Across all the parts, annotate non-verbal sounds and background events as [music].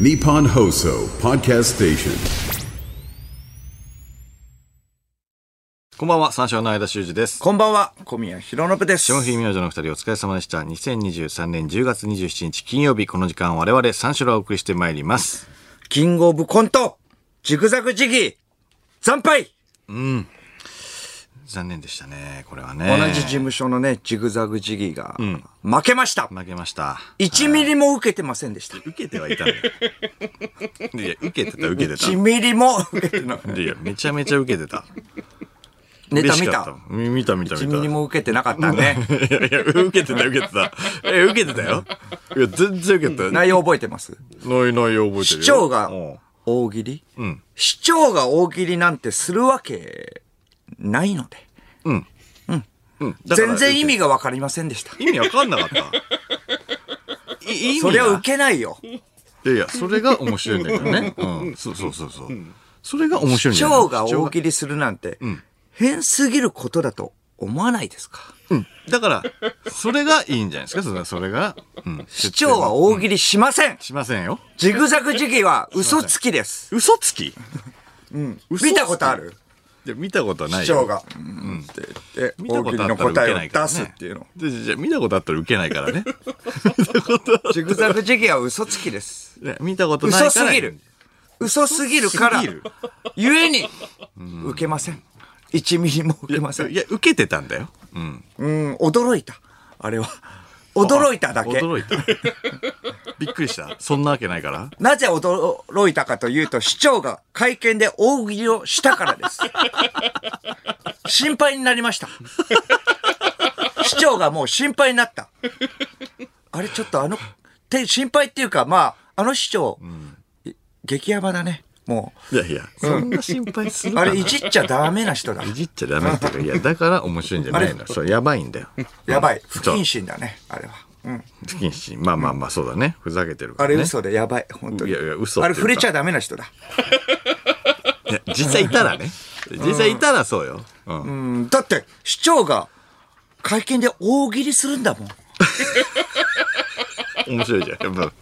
Nippon Hoso Podcast Station. こんばんは、三四郎の間修二です。こんばんは、小宮浩信です。霜降り明星のお二人お疲れ様でした。2023年10月27日金曜日、この時間我々三四郎をお送りしてまいります。キングオブコント、ジグザグジギー、惨敗、残念でしたね、これはね。同じ事務所のね、ジグザグジギーが、負けました。負けました。 1ミリも受けてませんでした。受けて [laughs] はいたのよ。いや、受けてた、受けて1ミリも受けてない。た。いや、めちゃめちゃ受けてた。ネタ [laughs] 嬉し見かったみ見た見た見た。 ?1 ミリも受けてなかったね。いやいや、受けてた、受けてた。え、受けてたよ。いや、全然受けてた。 [laughs] 内容覚えてますない内容覚えてるよ。市長がうん大喜利、市長が大喜利なんてするわけないので。うん。だから全然意味がわかりませんでした。意味わかんなかった。い意味そがりゃ受けないよ。いやいや、それが面白いんだけど [laughs] ね。うん。そうそうそうそう。それが面白いん市だよね長が大い。喜利するなんて、変すぎることだと思わないですかうん。だから、それがいいんじゃないですか、それそれが。うん。市長は大喜利しませんしませんよ。ジグザグ時期は嘘つきです。嘘つき嘘つき見たことあるいや、見たことはないよ。市長。が。うんって言って、見た大こ喜とあった利のら受答けえないかをら、出ね。すっていうの。で。じゃあ見たことあったら受けないから [laughs] ね。ジグザグ時期は嘘つきです。いや見たことないから。嘘すぎる。嘘すぎるから嘘すぎる、ゆえに、受けません。1ミリも受けませんい。や、受けてたんだよ。うん。うん、驚いた。あれは。驚いただけ。驚いた。びっくりした。そんなわけないから。なぜ驚いたかというと、市長が会見で大喜利をしたから [laughs] です。心配になりました。市長がもう心配になった。あれ、ちょっとあの、て心配っていうか、まあ、あの市長、い激ヤバだね。もいやいや、そんな心配するう、かあなれいじっちゃダメな人だ。いじっちゃダメっていうか、いや、だから面白いんじゃないの。そう、やばいんだよ。やばい。不そう謹慎だね、あれは。うん。不謹慎。まあまあまあ、そうだね。ふざけてるかあらね。れ嘘でやばい、本当に。いやいや嘘っていうかあれ触れちゃダメな人だ。いや実際いたらね。実際いたらそうよ。うん。うんだって、市長が会見で大喜利するんだもん。面白いじゃん。やっ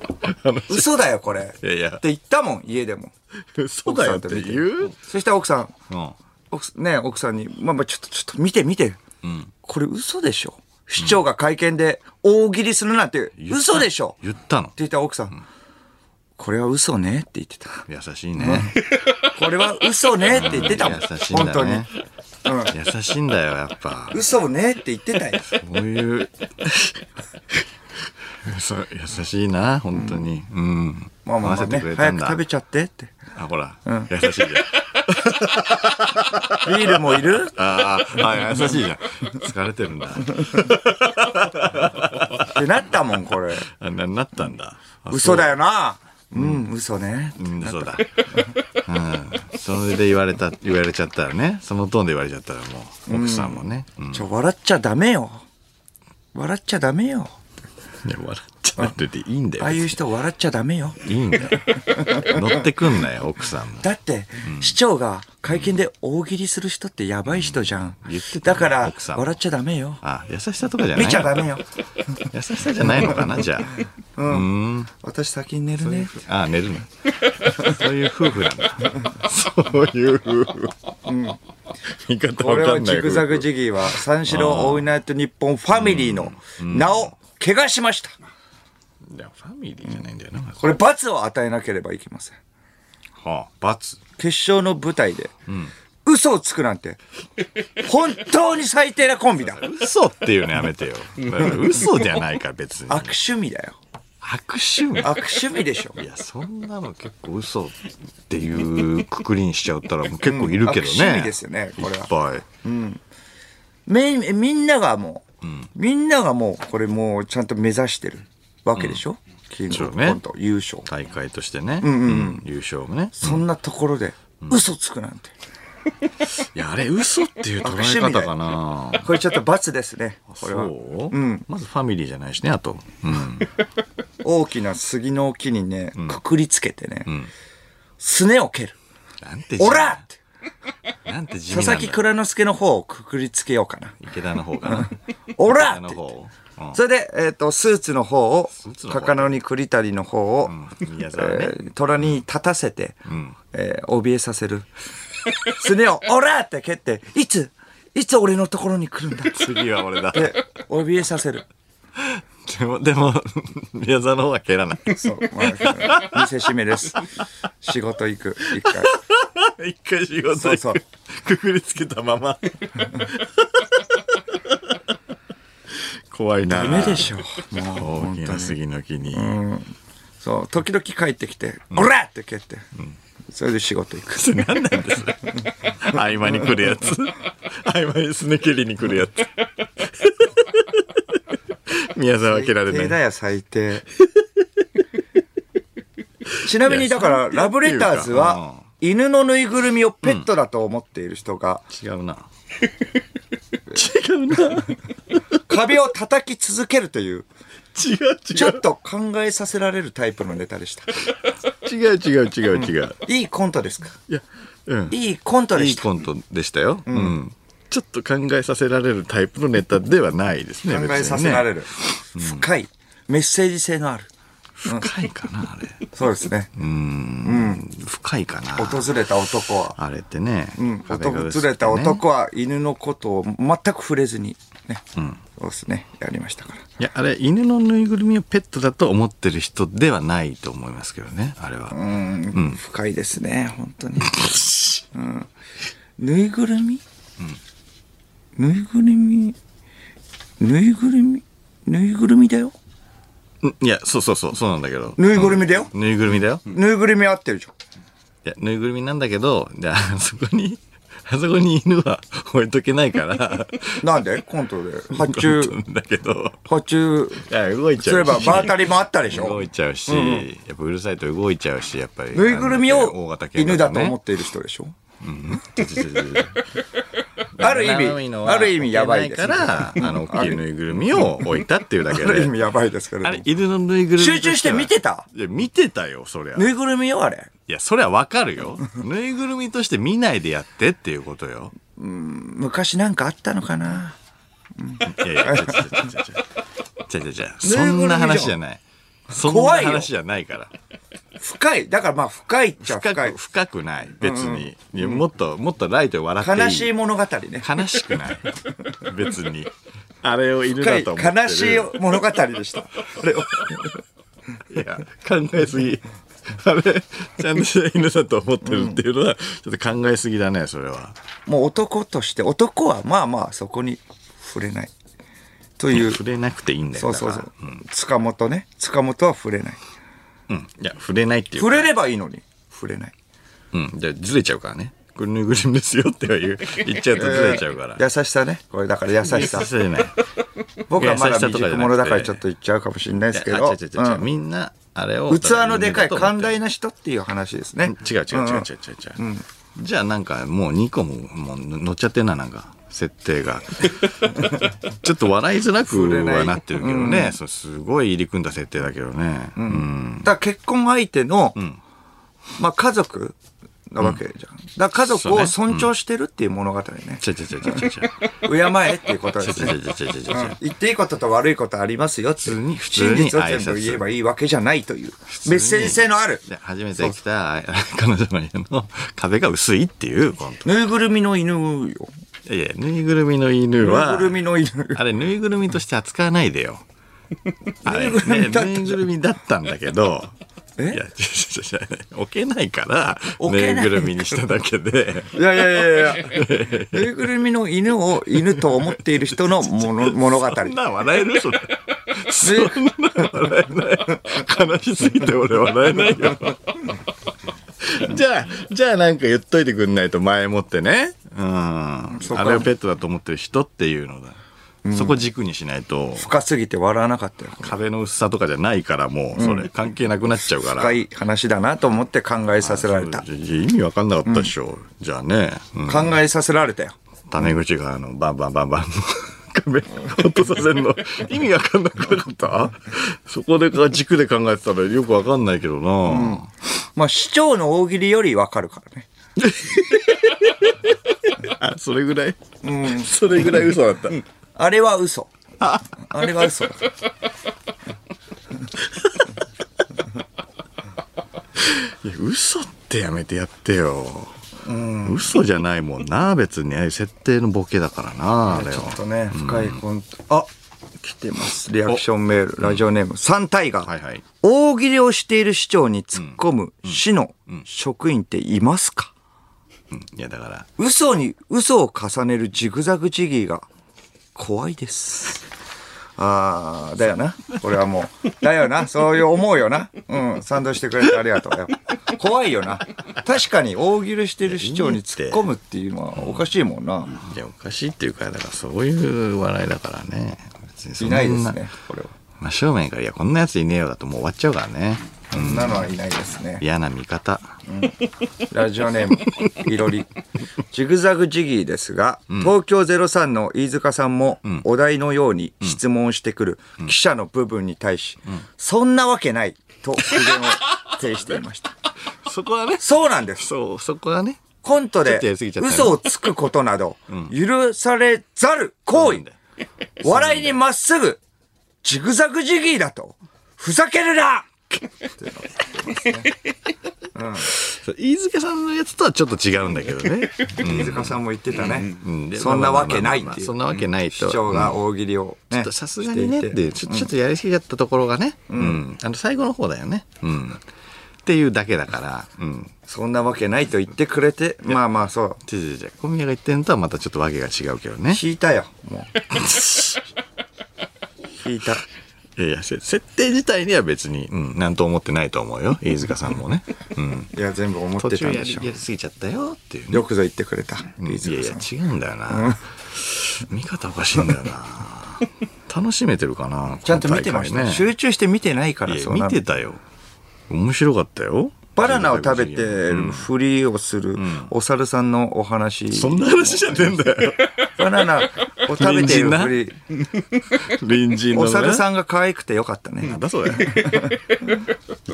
ぱ、 [laughs] あの、嘘だよ、これ。いやいやって言ったもん、家でも。嘘だよって言ううん。そしたら奥さん、あ奥すね、奥さんに、まあまあ、ちょっと、ちょっと見て見て。これ嘘でしょ。市長が会見で大喜利するなんて嘘でしょ。っ言てったの。言った奥さん、これは嘘ねって言ってた。優しいね。これは嘘ねって言ってたもん。優しいん本だ当に。ね。優しいんだよ、やっぱ。嘘ねって言ってたよ。こういう。 [laughs] そう優しいな、本当に。うん。まあまあま合あね、わせてくれた早んくだ食べちゃってって。あ、ほら。優しいじゃん。ビールもいるああ、はい、優しいじゃん。疲れてるんだ。ってなったもん、これ。あな、なったんだ。あ嘘だよな。うん、嘘ね。そううん、そうだ。うん。それで言われた、言われちゃったらね。そのトーンで言われちゃったらもう、奥さんもね。うん。ちょ、笑っちゃダメよ。笑っちゃダメよ。いや笑っちゃってていいんだよ。ああいう人笑っちゃダメよ。いいんだよ。乗ってくんなよ、奥さんも。だって、市長が会見で大喜利する人ってやばい人じゃん。言ってただねから奥、さんも笑っちゃダメよ。あ、優しさとかじゃない見ちゃダメよ。優しさじゃないのかな、じゃあ。私先に寝るね。ああ、寝るの。そういう夫婦なんだ。そういう夫婦。見方こわれかはんないジ夫婦。グザグジギーは三四郎オールナイトニッポンファミリーの名を怪我しました。いやファミリーじゃないんだよな。まずこれ罰を与えなければいけません。はあ、罰。決勝の舞台で、嘘をつくなんて、本当に最低なコンビだ。嘘っていうのやめてよ。だから嘘じゃないから別に。悪趣味だよ。悪趣味悪趣味でしょ。いや、そんなの結構嘘っていうくくりにしちゃったらもう結構いるけどね。うん悪趣味ですよねこれはいっぱい。めみんながもう、みんながもうこれもうちゃんと目指してるわけでしょ、キングオブコント優勝大会としてね。うん優勝もね。そんなところで嘘つくなんて、いや、あれ嘘っていう捉え方かな。これちょっと罰ですねこれはそう、まずファミリーじゃないしね、あと。うん。大きな杉の木にねくくりつけてね、すねを蹴るなんて「オラ!」ってなんて地味佐なん々だ木蔵之介の方をくくりつけようか [laughs] な。池田の方かな。オ池田ラの方を。うんそれで、えっ、と、スーツの方をーツ、の方カカノに栗谷の方を、うん宮え沢ねー虎に立たせて、えー怯えさせる。 [laughs] すねを、オラって蹴って、いつ、いつ俺のところに来るんだっ次は俺だ。て、怯えさせる。でも、でも、宮沢の方は蹴らない。そう、まあ、見せしめです。仕事行く、一回。一回仕事そうそうくくりつけたまま。 [laughs] 怖いな。ダメでしょ。もう、大本き当なに。杉の木に。そう、時々帰ってきて、オラって蹴って、それで仕事行く。それ何なんです合間に来るやつ。合間にすね蹴りに来るやつ。宮沢は蹴られ最低だない。よ最低ちなみにだからいやラブレターズは犬のぬいぐるみをペットだと思っている人が違うな。壁を叩き続けるという違うちょっと考えさせられるタイプのネタでした違う違う違う違う。いいコントですかいや、うん。いいコントでいいしたコントでしたよ。うん。ちょっと考えさせられるタイプのネタではないですね。考えさせられる。る、深いメッセージ性のある深いかな、あれ。そうですね深いかな。訪れた男はあれってね。うん、壁が薄訪くてねれた。男は犬のことを全く触れずにね、そうですねやりましたからいや、あれ、犬のぬいぐるみをペットだと思ってる人ではないと思いますけどね、あれは。深いですね本当に、うん、ぬいぐるみ、ぬいぐるみぬいぐるみぬいぐるみだようんいや、そうそうそう、そうなんだけど。ぬいぐるみだよ、ぬいぐるみだよ。いぬいぐるみ合ってるじゃんや、ぬいぐるみなんだけど、じゃあ、あそこに、あそこに犬は置いとけないから、なんでコントで発注だけど、発注いや、動いちすゃれうばし。場当たりもあったでし動ょいちゃうし、やっぱうるさいと動いちゃうし、やっぱり。ぬいぐるみあの大を型犬犬だと思っっている人でしょて。違う違う違うある意生身味のはある意味やばいです置けないから、あの、大きいぬいぐるみを置いたっていうだけある意で。味やばいですけれあどれも、犬のぬいぐるみとは。集中して見てたいや、見てたよ、そりゃ。ぬいぐるみよあれいや、そりゃわかるよ。ぬいぐるみとして見ないでやってっていうことよ。昔なんかあったのかないやいや、ちゃちゃちゃちゃちゃ。ちゃちゃちゃ。そんな話じゃない。そんな怖いよ話じゃないから。深いだからまあ深いっちゃ深深いく、深くない。別に。いやもっと、もっとライトで笑っていい。悲しい物語ね悲しくない別にあれを犬だと思ってる悲しい物語で [laughs] した。あれをいや考えすぎあれちゃんとした犬だと思ってるっていうのは、ちょっと考えすぎだねそれはもう男として、男はまあまあそこに触れない。という、触れなくていいんだよそうそうそだうか。塚本ね。塚本は触れない。らうんいや触れないっていう触れればいいのに、触れない。うんでずれちゃうからねこれぬいぐるみですよって言う言っちゃうとずれちゃうから、優しさね。これだから優しささ。せない僕はまだ優しさとかじゃな未くて熟者だからちょっと言っちゃうかもしれないですけいやあど。違う違う違ううんみんなあれを器のでかい寛大なな人っていう話ですね。違う違う違う違う違う違う、じゃあなんかもう2個ももう乗っちゃってんななんか設定 [laughs] がちょっと笑いづらくはなってるけどね、そうすごい入り組んだ設定だけどね、うんだから結婚相手の、まあ家族なわけじゃん。だから家族を尊重してるっていう物語ね。ちゃちゃちゃちゃちゃちゃ敬えっていうことですちゃちゃね。ちゃちゃちゃちゃうん言っていいことと悪いことありますよって通に普通真に実を全部言えばいいわけじゃないというメッセージ性のあるで初めて来たあ [laughs] 彼女の家の壁が薄いっていうコントぬいぐるみの犬よいやいやぬいぐるみの犬ぬいはぐるみの犬 [laughs] あれ、ぬいぐるみとして扱わないで [laughs] よ。あれ、ぬいぐるね、みだったじゃんぬいぐるみだったんだけど、いえや、違う違 [laughs] う違う置けないから、置ぬけいないぐるみにしただけ [laughs] で、いやいやい [laughs] やいやぬいぐるみの犬を犬と思っている人のもの物語そんな笑えるそれ。そんな笑えない。悲しすぎて俺笑えないよ。 [laughs] じゃあ、じゃあなんか言っといてくんないと前もってね。うん。あそっかれをペットだと思ってる人っていうのだ。そこ軸にしないと、深すぎて笑わなかったよ壁の薄さとかじゃないからもう、それ関係なくなっちゃうから。深い話だなと思って考えさせられたそうじゃ意味わかんなかったでしょ、じゃあね、うん考えさせられたよタメ口があのバンバンバンバン壁落とさせるの意味わかんなくなかったそこでか軸で考えてたらよくわかんないけどな、まあ市長の大喜利よりわかるからねあそれぐらい、それぐらい嘘だった、あれ [laughs] は嘘。あれは嘘。いや嘘ってやめてやってよ、嘘じゃないもんな別にああいう設定のボケだからなあれちょはっとね、深いコント。あ来てます。リアクションメール、ラジオネーム、サンタイガー。はいはい大喜利をしている市長に突っ込む市の職員っていますか、いやだから嘘に嘘を重ねるジグザグジギーが怖いです。ああ、だよな。これはもう。だよな。そういう思うよな。うん。賛同してくれてありがとう。やっぱ怖いよな。確かに大喜利してる市長に突っ込むっていうのはおかしいもんな。いやおかしいっていうかだからそういう笑いだからね別にそいんなないですね。これは。真正面から「いやこんなやついねえよ」だともう終わっちゃうからねそんなのはいないですね。嫌な見方ラジオネー [laughs] ム、いろり。ジグザグジギーですが、東京03の飯塚さんも、お題のように質問してくる記者の部分に対し、そんなわけないと苦言を呈してい [laughs] ました。そこはねそうなんです。そうそこはねコントでちょっとやりすぎちゃったね嘘をつくことなど、許されざる行為。笑いにまっすぐ、ジグザグジギーだと、ふざけるなそう飯塚さんのやつとはちょっと違うんだけどね飯塚さんも言ってたねん。そんなわけないっまあまあまあまあていう。そんなわけないと市長が大喜利をね。ちょっとさすがにねっしていていうちょちょっとやりすぎちゃったところがね、うんあの最後の方だよね、うん、っていうだけだから、うん、そんなわけないと言ってくれて、まあまあそう。じゃじゃじゃ小宮が言ってるのとはまたちょっとわけが違うけどね引いたよ、 [laughs] もう。引いた。いやいやせ設定自体には別に、うん、なんと思ってないと思うよ飯塚さんもね、うん、いや、全部思っ途てた中んやでりしやょ。りすぎちゃったよっていうねよくぞ言ってくれた。うんい飯や塚いさやん。違うんだよな見方おかしいんだよ [laughs] な楽しめてるかなちゃんと見てましこの大会た。ね集中して見てないから、いやそうな見のてたよ面白かったよバナナを食べてるふりをするお猿さんのお話。そんな話じゃねえんだ [laughs] よバナナを食べてるふり。隣人の、おね、猿さんが可愛くてよかったね。なんだそれ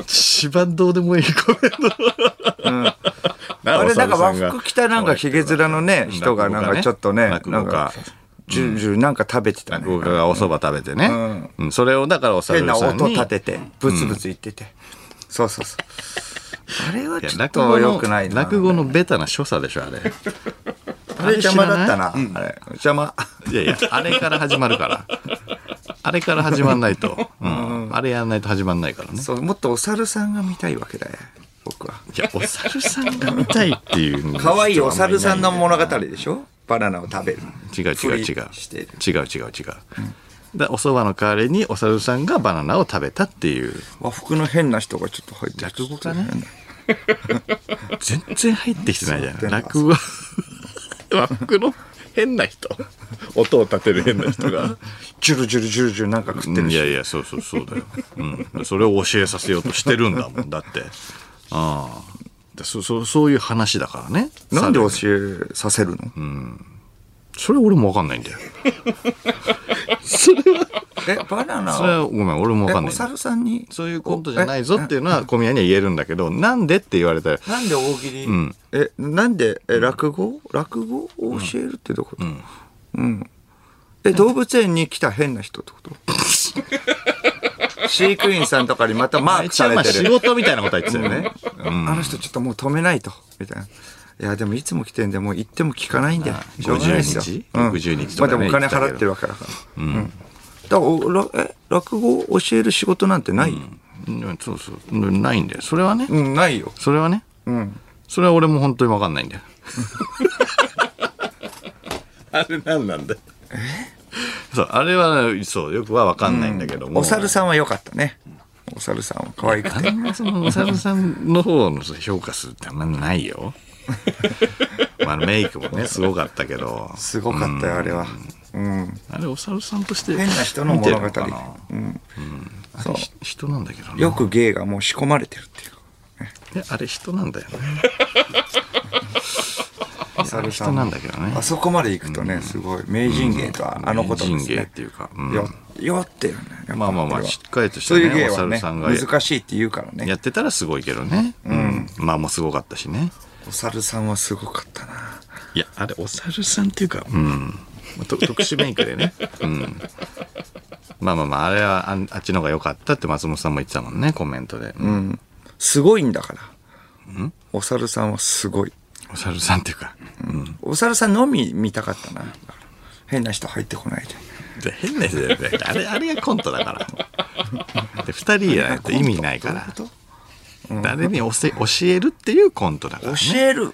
一番どうでもいいコメント、あれなんか和お猿さが服着たなんかひげ面のね、人がなんかちょっとね、な落語ん家か、ジュルジュルなんか食べてた落ね語。家がお蕎麦食べてね、うんそれをだからお猿変なさんに音立てて、ブツブツ言ってて。そうそうそう。あれはいやちょっ落と語良のくないな。落語のベタな所作でしょあれあれ邪魔だったな。あれ。邪魔。いやいやあれから始まるからあれから始まんないと、うんあれやんないと始まんないからねそう、もっとお猿さんが見たいわけだよ。僕は。いやお猿さんが見たいっていう可愛いお猿さんのも物語でしょバナナを食べる。違う違う違う違う違う違う違うふりしてるだお蕎麦の代わりにお猿さんがバナナを食べたっていう和服の変な人がちょっと入って落語家ね。全然入ってきてないじゃない落語和服の変な人音を立てる変な人がジュルジュルジュルジュルなんか食ってるいし。やいやそうそうそうだよ、うん、それを教えさせようとしてるんだもんだってああだそそそういう話だからねなんで猿教えさせるのそれ俺も分かんないんだよえ、バナナそれはごめん俺も分かんなえおいんだよ猿さんにそういうコントじゃないぞっていうのは小宮には言えるんだけどなんでって言われたらなんで大喜利、えなんでえ落語落語を教えるってどことうん、え動物園に来た変な人ってこと [laughs] 飼育員さんとかにまたマーク一さ応まれあて仕る、事みたいなことは言ってたよねあの人ちょっともう止めないとみたいないやでもいつも来てんでもう行っても聞かないんだよしょうがないですよ50日うん、 60日とまかあねでもお言金ってたけど払ってるわけだから、うんだからおらえ落語を教える仕事なんてない、うんそうそううんないんだよそれはねうん、ないよそれはねそれは俺も本当に分かんない [laughs] んだよあれ何なんだそうあれはねそうよくは分かんないんだけどもお猿さんは良かったねお猿さんは可愛くてあんなそのお猿さんの方の評価するってあんまないよ [laughs] まあメイクもねすごかったけどすごかったよ、あれは。うん。あれお猿さんとして変な人の物語見てるのかな。あれひ人なんだけどねよく芸がもう仕込まれてるっていう。いやあれ人なんだよねお猿人なんだけどねあそこまで行くとね、すごい。名人芸とは、あのことです人芸っね。ていうか、うんよ、よってるね。やっぱまあまあまあこれはしっかりとしたそうねいう芸おは猿ね、さんがや難しいって言うからねや。ってたらすごいけどね、うん、まあもうすごかったしねお猿さんはすごかったな。いや、あれ、お猿さんっていうか、うん。と特殊メイクで [laughs] ね。うん。まあまあまあ、あれはあんあっちの方が良かったって松本さんも言ってたもんね、コメントで。うん。すごいんだから。お猿さんはすごい。お猿さんっていうか。お猿さんのみ見たかったな。変な人入ってこないで。で変な人だよね。あれ、あれがコントだから。で、二人やないと意味ないから。誰に教え教えるっていうコントだから、ね。教える。う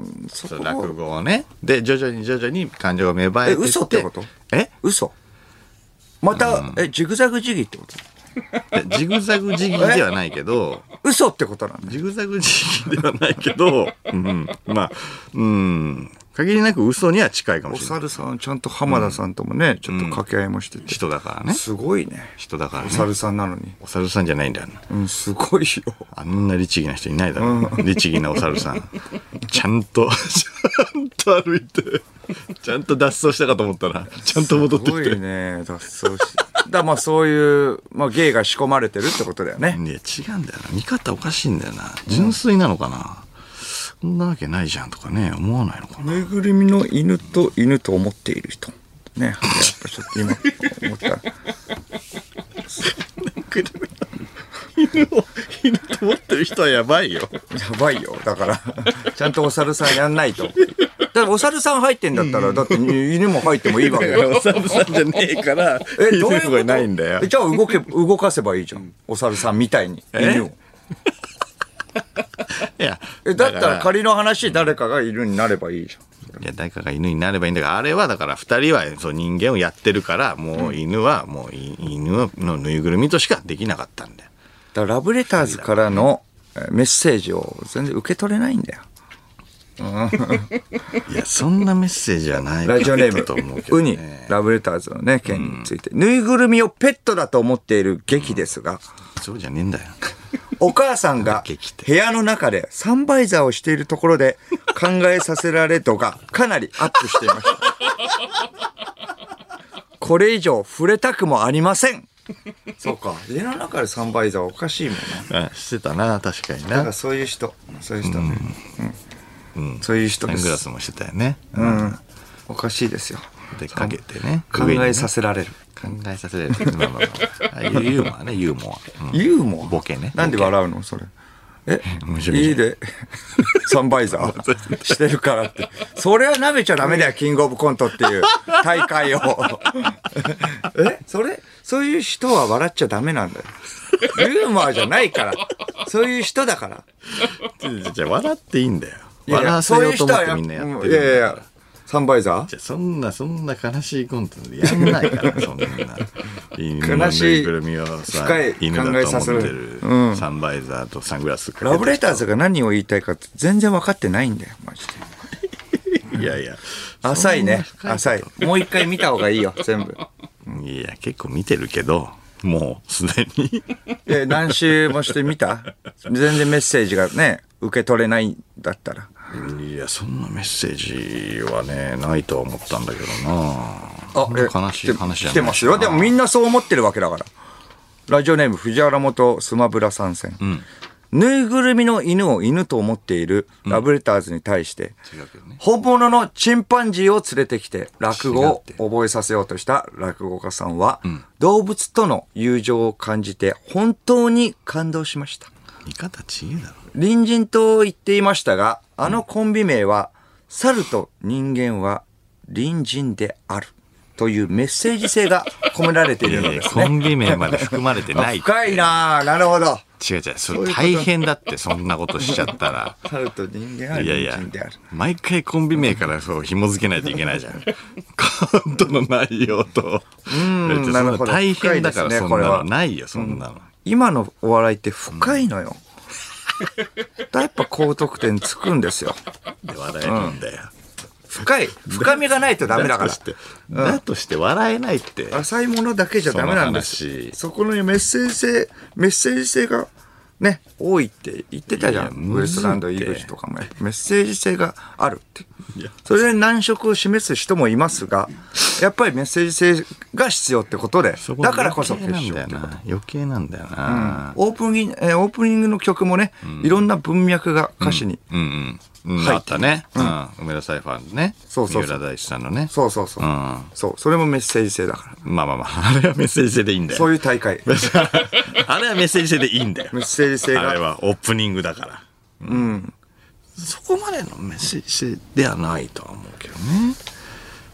ん。そそうこ落語をね。で、徐々に徐々に感情が芽生えてきて。え嘘ってことえ嘘。また、え、ジグザグジギーってこといやジグザグジギーではないけど、嘘ってことなんだ。ジグザグジギーではないけど、うん、まあ、うん、限りなく嘘には近いかもおしれない。猿さん、ちゃんと浜田さんともね、ちょっと掛け合いもしてて。人だからね。すごいね。人だからおね。猿さんなのに。お猿さんじゃないんだよ。うん、すごいよ。あんな律儀な人いないだろ。律儀なお猿さん。ちゃんと、ちゃんと歩いて、ちゃんと脱走したかと思ったら、ちゃんと戻ってきすごて。いね、脱走し。 [laughs] だからまあそういう、まあ芸が仕込まれてるってことだよね。いや、違うんだよな。見方おかしいんだよな。純粋なのかな。そんなわけないじゃんとかね、思わないのかな。ぬいぐるみの犬と犬と思っている人。ね。やっぱちょっと今思ったら。犬を、犬と思ってる人はやば [laughs] いよ。やばいよ。だから、 [laughs] ちゃんとお猿さんやんないと。だからお猿さん入ってんだったら、だって犬も入ってもいいわけだよ。 [laughs] お猿さんじゃねえから、え、どうい犬うことがないんだよえ。じゃあ動け、動かせばいいじゃん。お猿さんみたいに。え犬を。いや、え、だったらか仮の話、誰かが犬になればいいじゃん。らいや、誰かが犬になればいいんだから、あれはだから二人はそう人間をやってるから、もう犬は、もうい犬のぬいぐるみとしかできなかったんだよ。だからラブレターズからのえーメッセージを全然受け取れないんだよ。いや、そんなメッセージはないラジオネーム、と思うけどウねニ、ラブレターズのね、件について、ぬいぐるみをペットだと思っている劇ですが、そうじゃねえんだよ。お母さんが劇って部屋の中でサンバイザーをしているところで考えさせられとがかなりアップしていま [laughs] した。これ以上触れたくもありません。そうか、家の中でサンバイザーはおかしいもんな。あしてたな、確かになんかな。サそういう人、そういう人、うんそういう人でングラスす。もしてたよね。うん、おかしいですよ。で、かけてね。考上にねえさせられる。考えさせられる。まあまあまあユーモアね、ユーモア。うんユーモアボケねなんで笑うのそれ。え面白いじゃん家で [laughs] サンバイ [laughs] ザーしてるからって。それは舐めちゃダメだよ、キングオブコントっていう大 [laughs] 会を。えそれそういう人は笑っちゃダメなんだよ。ユーモアじゃないから。そういう人だから。じゃあじゃあ笑っていいんだよ。いやい笑やわせようと思ってみんなやってるんだそかういう人はら。やっいやいや、サンバイザじゃあそんなそんな悲しいコントでやんない [laughs] からそんな犬の悲しいぬいぐるみをさ深い犬だと考え思さってせるるサンバイザーとサングラスかけーてラブレターズが何を言いたいかって全然分かってないんだよ、マジで。いやいや浅いね。そんな深浅い。もう一回見た方がいいよ、全部。いいや結構見てるけどもうすでにえ、何周もしてみた全然メッセージがね、受け取れないんだったら。いやそんなメッセージはねないとは思ったんだけどあえな悲しい話じゃない来てますよ。でもみんなそう思ってるわけだから。ラジオネーム藤原元スマブラ参戦。ぬいぐるみの犬を犬と思っているラブレターズに対して、違うけどね本物のチンパンジーを連れてきて落語違うをって覚えさせようとした落語家さんは、動物との友情を感じて本当に感動しました。見方ちげえだろ隣人と言っていましたが、あのコンビ名は、猿と人間は隣人であるというメッセージ性が込められているのいやいでやすコね。ンビ名まで含まれてない深いなぁ、なるほど。違う違うそれ大変だってそんなことしちゃったら猿と人間はいやい隣や人である。、毎回コンビ名からそう紐付けないといけないじゃん。 [laughs] コントの内容と。うんなるほど大変だから、深いですねそんこなれはの。ないよ、そんなの。今のお笑いって深いのよ。だからやっぱ高得点つくんですよ。で、笑えるんだよ。深い。深みがないとダメだかとらし。て、だとして笑えないって。浅いものだけじゃダメなんですその話そこのメッセージ性メッセージ性がね多いって言ってたじゃんいやウエストランドむ井ずいって口とかもメッセージ性があるっていやそれで難色を示す人もいますがやっぱりメッセージ性が必要ってことでそだからこそ決余計勝なんだってよことな。余計なんだよな。オープニングえーオープニングの曲もね、いろんな文脈が歌詞にうんうん。うん、はいあったね。うん。梅田サイファーのね。そうそうそう三浦大知さんのね。そうそうそう。うんそう。それもメッセージ性だから。まあまあまあ、あれはメッセージ性でいいんだよ。そういう大会。メ [laughs] あれはメッセージ性でいいん [laughs] だよ。ッセージ性あれが。はオープニングだから。うん。そこまでのメッセージ性ではないとは思うけどね。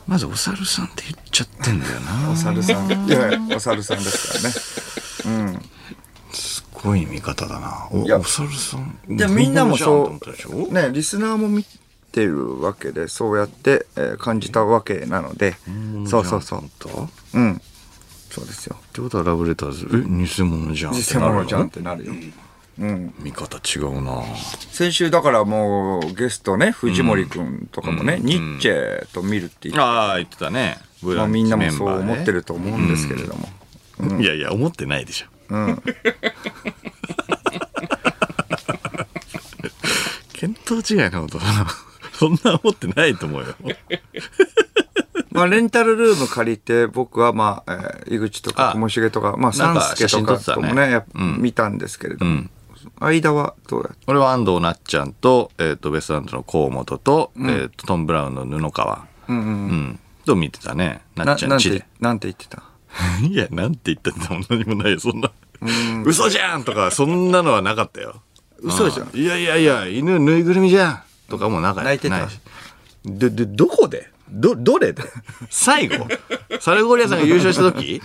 まず、お猿さんって言っちゃってんだよな。 [laughs] お猿さん。いやいやお猿さんですすごい見方だな。おいやお猿さん。からね。で、みんなもみんなそじゃんと思っう、たでしね、リスナーも見てるわけで、そうやって、えー感じたわけなので、そうそうそう。ょっうん。そうですよ。てことはラブレターズ、え、偽物じゃん。実際ものじゃんってなるよ。見方違うな先週だからもうゲストね、藤森くんとかもね、ニッチェと見るって言って、ああ、言ってたね。ブまラあンチみんなもメンバそうーね思ってると思うんですけれども。いやいや、思ってないでしょ。 [laughs] 見当違いなことだな。そんな思ってないと思うよ。まあ、レンタルルーム借りて、僕はまあ、えー井口とかあともしげとか、まあ、なん三か助とか写真撮ってたとねもね、やっぱ見たんですけれども、間はどうやって俺は安藤なっちゃんと、えっ、と、ベストランドの河本と、えっ、と、トム・ブラウンの布川。うん、うん、と見てたね。ななっちゃなんんちてで。、なんて言ってた [laughs] いや、なんて言ったっても何もないよ、そんな。嘘じゃんとか、そんなのはなかったよ。嘘じゃんう。いやいやいや、犬ぬいぐるみじゃんとかもなかった。泣いてたなしど、ど、どこでど、どれで [laughs] 最後サルゴリアさんが優勝した [laughs] 時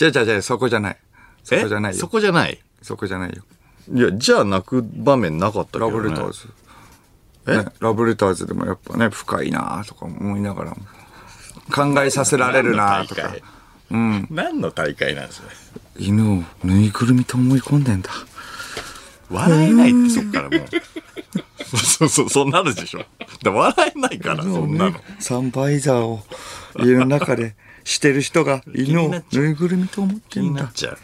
違う違う違う、そこじゃない。そえこじゃないそよ。こじゃないそこじゃないよ。いや、じゃあ泣く場面なかったけど、ラね。ブレターズ。ねラブレターズでもやっぱね、深いなとか思いながらも、考えさせられるなとか、うん。何の大会なんですか犬をぬいぐるみと思い込んでんだ。笑えないってそっから [laughs] もう。そうそう、そうなるでしょ。だ笑えないから、そんなの。サンバイザーを家の中でしてる人が犬をぬいぐるみと思って気んになだっ。ちゃう。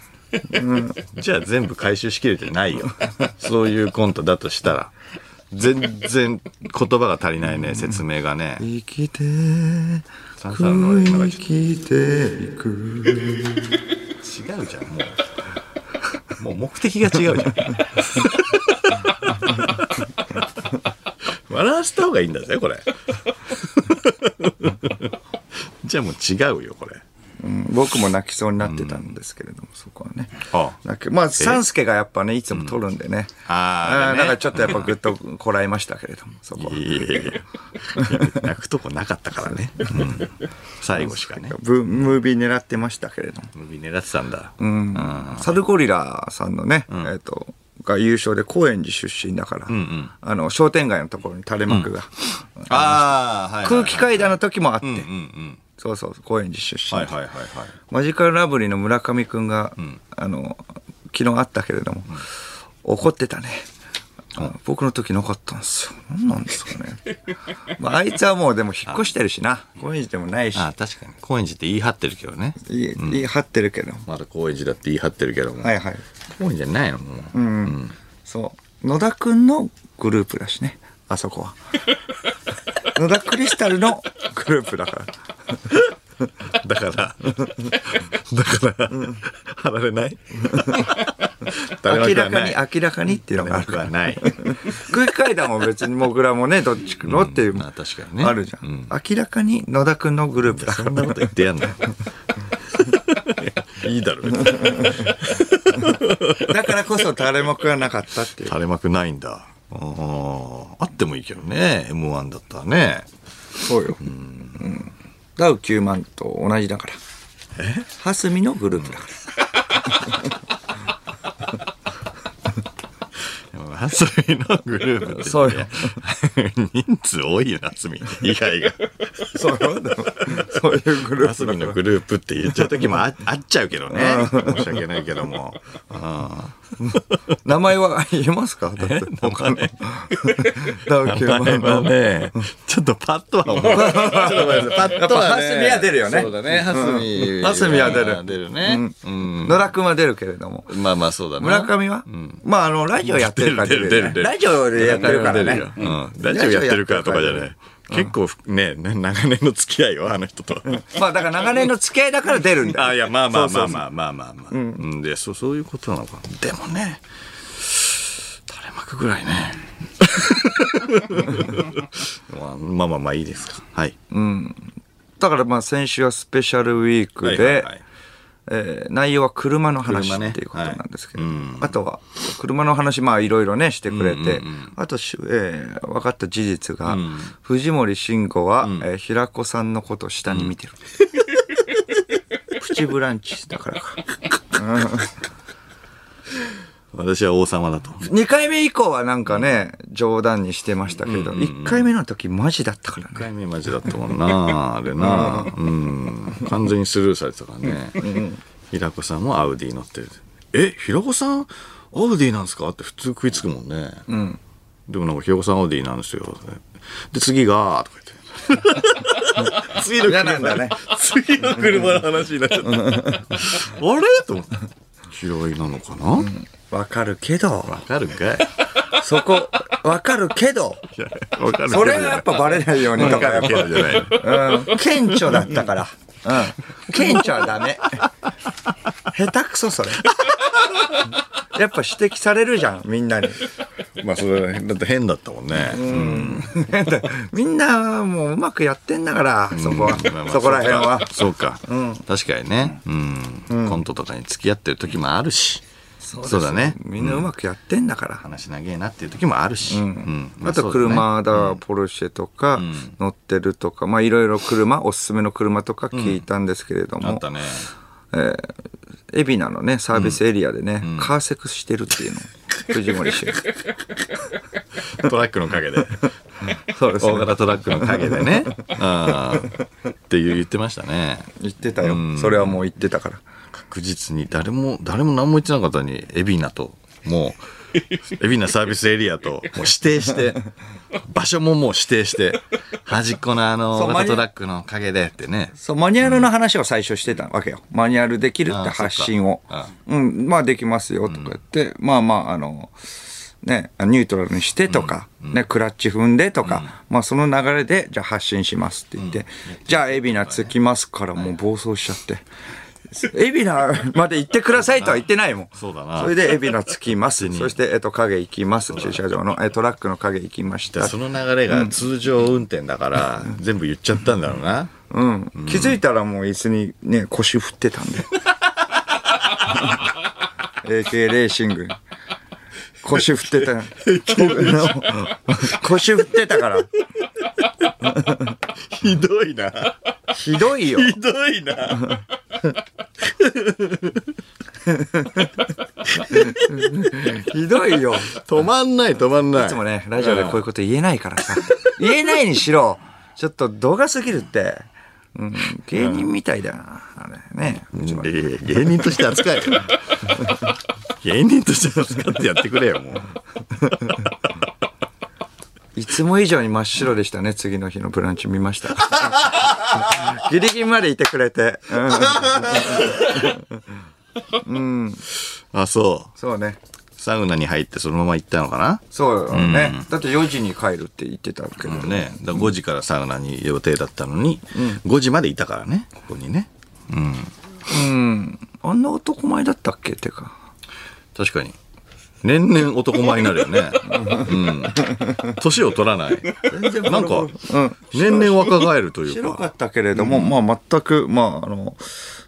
じゃあ全部回収しきれてないよ。そういうコントだとしたら。全然言葉が足りないね、説明がね。生きて、サンサンの今が生ちょっきていく。と違うじゃん、もう。もう目的が違うじゃん。笑わせた方がいいんだぜ、これ。じゃあもう違うよ、これ。僕も泣きそうになってたんですけれども、そこはね。あ泣きまあ、サンスケがやっぱね、いつも撮るんでね。あーーねなんかちょっとやっぱぐっとこらえましたけれども、そこは。いやいやいや泣くとこなかったからね。うん最後しかね。ブムービー狙ってましたけれども。ムービー狙ってたんだ。サルゴリラさんのね、えっと、が優勝で高円寺出身だから、あの、商店街のところに垂れ幕が、ああ、はいはいはい空気階段の時もあって、うんうん。そうそう、高円寺出身。はいはいはいはい。マジカルラブリーの村上くんが、あの、昨日あったけれども、怒ってたね。あ僕の時なかったんですよ。何なんですかね。まあ、あいつはもうでも引っ越してるしな。高円寺でもないし、ああ、確かに。高円寺って言い張ってるけどね。いい言い張ってるけど。まだ高円寺だって言い張ってるけども。はいはい。高円寺じゃないのもう。そう。野田くんのグループだしね。あそこ [laughs] は。野田クリスタルのグループだから。だから、だから、離れない明らかに、明明らかにっていうのがらあるかからは。ない。空気階段も別にモグラもね、どっちのっていう、まあ確かにねあるじゃん。明らかに野田くんのグループだかそらんなこと言ってやんのいいだろ、別にだからこそ垂れ幕がなかったっていう。垂れ幕ないんだ。あーあってもいいけどね。M1 だったらね。そうよ。うん。ダウ9万と同じだから。えハスミのグループだから。ハスミのグループってそうよ人数多いよ、夏み以外が。そうよ。でもそういうグル夏ープみのだから。グループって言っちゃう時もああっちゃうけどね。申し訳ないけども。名前は言えますかだって。なんかね、ダウ9名前万はの。ね、ちょっとパッとは思う。ちょっと待ってパッやっぱハスミは出るよねそうだね、ハスミ。ハスミは出る出るね。うん。野田くんは出るけれども。まあまあそうだね。村上は、まああの、ラジオやってるから出る出る出るラジオでやってるか出らねよ。うん。ラジオやってるからとかじゃない。結構ね、ね長年の付き合いよ、あの人とは。まあだから長年の付き合いだから出るんだよ。あいやまあまあまああ。まあまあまあまあうんでそうそういうことなのかなでもね垂れ幕ぐらいね [laughs] まあまあまあまあいいですか。はい。だからまあ先週はスペシャルウィークで、はいはいはいえー内容は車の話車ねっていうことなんですけど、あとは車の話まあいろいろねしてくれて、あとし、えー分かった事実が、藤森慎吾は、えー平子さんのことを下に見 [laughs] てる、プチブランチだからか私は王様だと。 2回目以降はなんかね冗談にしてましたけど、一1回目の時マジだったか1らね回目マジだったもんな、あれな。うん。完全にスルーされてたからね。平子さんもアウディ乗ってる。え、平子さん、アウディなんですかって普通食いつくもんね。でもなんか平子さんアウディなんですよ。で、次が、とか言って。次の車嫌なんだね。次の車の話になっちゃった。あれ [laughs] と思って。嫌いなのかなわ、わかるけどかるかいそこわかるけどいやわかるけどそれがやっぱバレないようにとわかかやっるけぱどじゃない。うん顕著だったから。うん。顕著はダメ。下手くそ、それ。やっぱ指摘されるじゃん、みんなに。まあそれは変だって変だったもんね。うん。みんな、もううまくやってんだから、そこは。そこら辺は。そうか。確かにね。うん。コントとかに付き合ってる時もあるし。そうだね。みんなうまくやってんだから。話長えなっていう時もあるし。うんまあと車だ、ポルシェとか、乗ってるとか、まあいろい [laughs] ろ車、おすすめの車とか聞いたんですけれどあもっ、たね。海老名のね、サービスエリアでね、カーセックスしてるっていうの。藤森氏。トラックの陰 [laughs] で。そうです大ね。型トラックの陰でね。 [laughs] あーっていう言ってましたね。言ってたよ。それはもう言ってたから。確実に誰も、誰も何も言ってなかったのに、海老名と、もう、海老名サービスエリアと、もう指定 [laughs] して、場所ももう指定して、端っこのあの、そう大型トラックの陰でってね。そう、マニュアルの話を最初してたわけよ。マニュアルできるって発信をあそっか。うん、まあできますよとか言って、まあまあ、あの、ね、ニュートラルにしてとか、ね、クラッチ踏んでとか、まあその流れで、じゃあ発信しますって言って、じゃあ海老名着きますからもう暴走しちゃって。海老名まで行ってくださいとは言ってないもん。 [laughs] そうだなそれで海老名着 [laughs] きます。にそして、えっと、影行きます。駐車場の、え、トラックの影行きました。その流れが通常運転だから、全部言っちゃったんだろうな。うん。気づいたらもう椅子にね、腰振ってたんで。AK レーシング。腰振ってた。腰振ってたから。ひどいな。ひどいよ。ひどいな。ひど [laughs] いよ。い止まんない、止まんない。いつもね、ラジオでこういうこと言えないからさ。言えないにしろ、ちょっと動画すぎるって。うん、芸人みたいだな。あれね。いやいや芸人として扱えよ。 [laughs] 芸人として扱ってやってくれよ、もう。いつも以上に真っ白でしたね、次の日のブランチ見ました。 [laughs] ギリギリまでいてくれて。うんあ、そう。そうね。サウナに入ってそのまま行ったのかなそうよね、だって4時に帰るって言ってたけど、ね、だから5時からサウナに予定だったのに、5時までいたからねここにねあんな男前だったっけってか確かに年々男前になるよ [laughs] ねうん年を取らないなんか、年々若返るという白かかったけれども、まあ全くまああの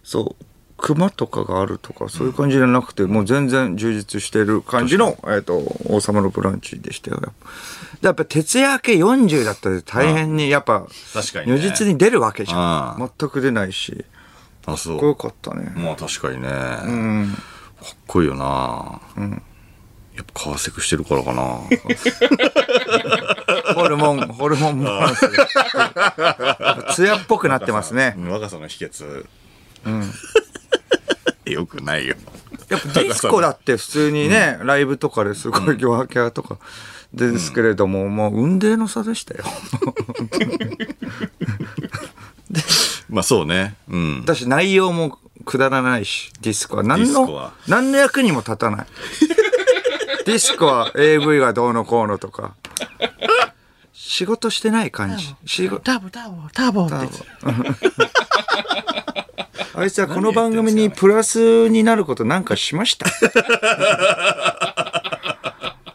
そう熊とかがあるとかそういう感じじゃなくて、もう全然充実してる感じの、えっと王様のブランチでしたよやっぱでやっぱ徹夜明け40だったら大変にやっぱ確かにね如実に出るわけじゃうん全く出ないしあそかっこようかったねまあ確かにね、かっこいいよな、やっぱ川セクしてるからかなホル [laughs] モンホルモンバランスが艶っぽくなってますね若さの秘訣、 [laughs] よくないよやっぱディスコだって普通にね、ライブとかですごいワーキャーとかですけれども、もう運命の差でしたよ。まあそうねうんだし内容もくだらないし、ディスコは何ディスコのは、何の役にも立た [laughs] ない。ディスコは AV がどうのこうのとか。仕事してない感じ。仕事ターボターボターボってあいつはこの番組にプラスになるこ [laughs] となんかしました。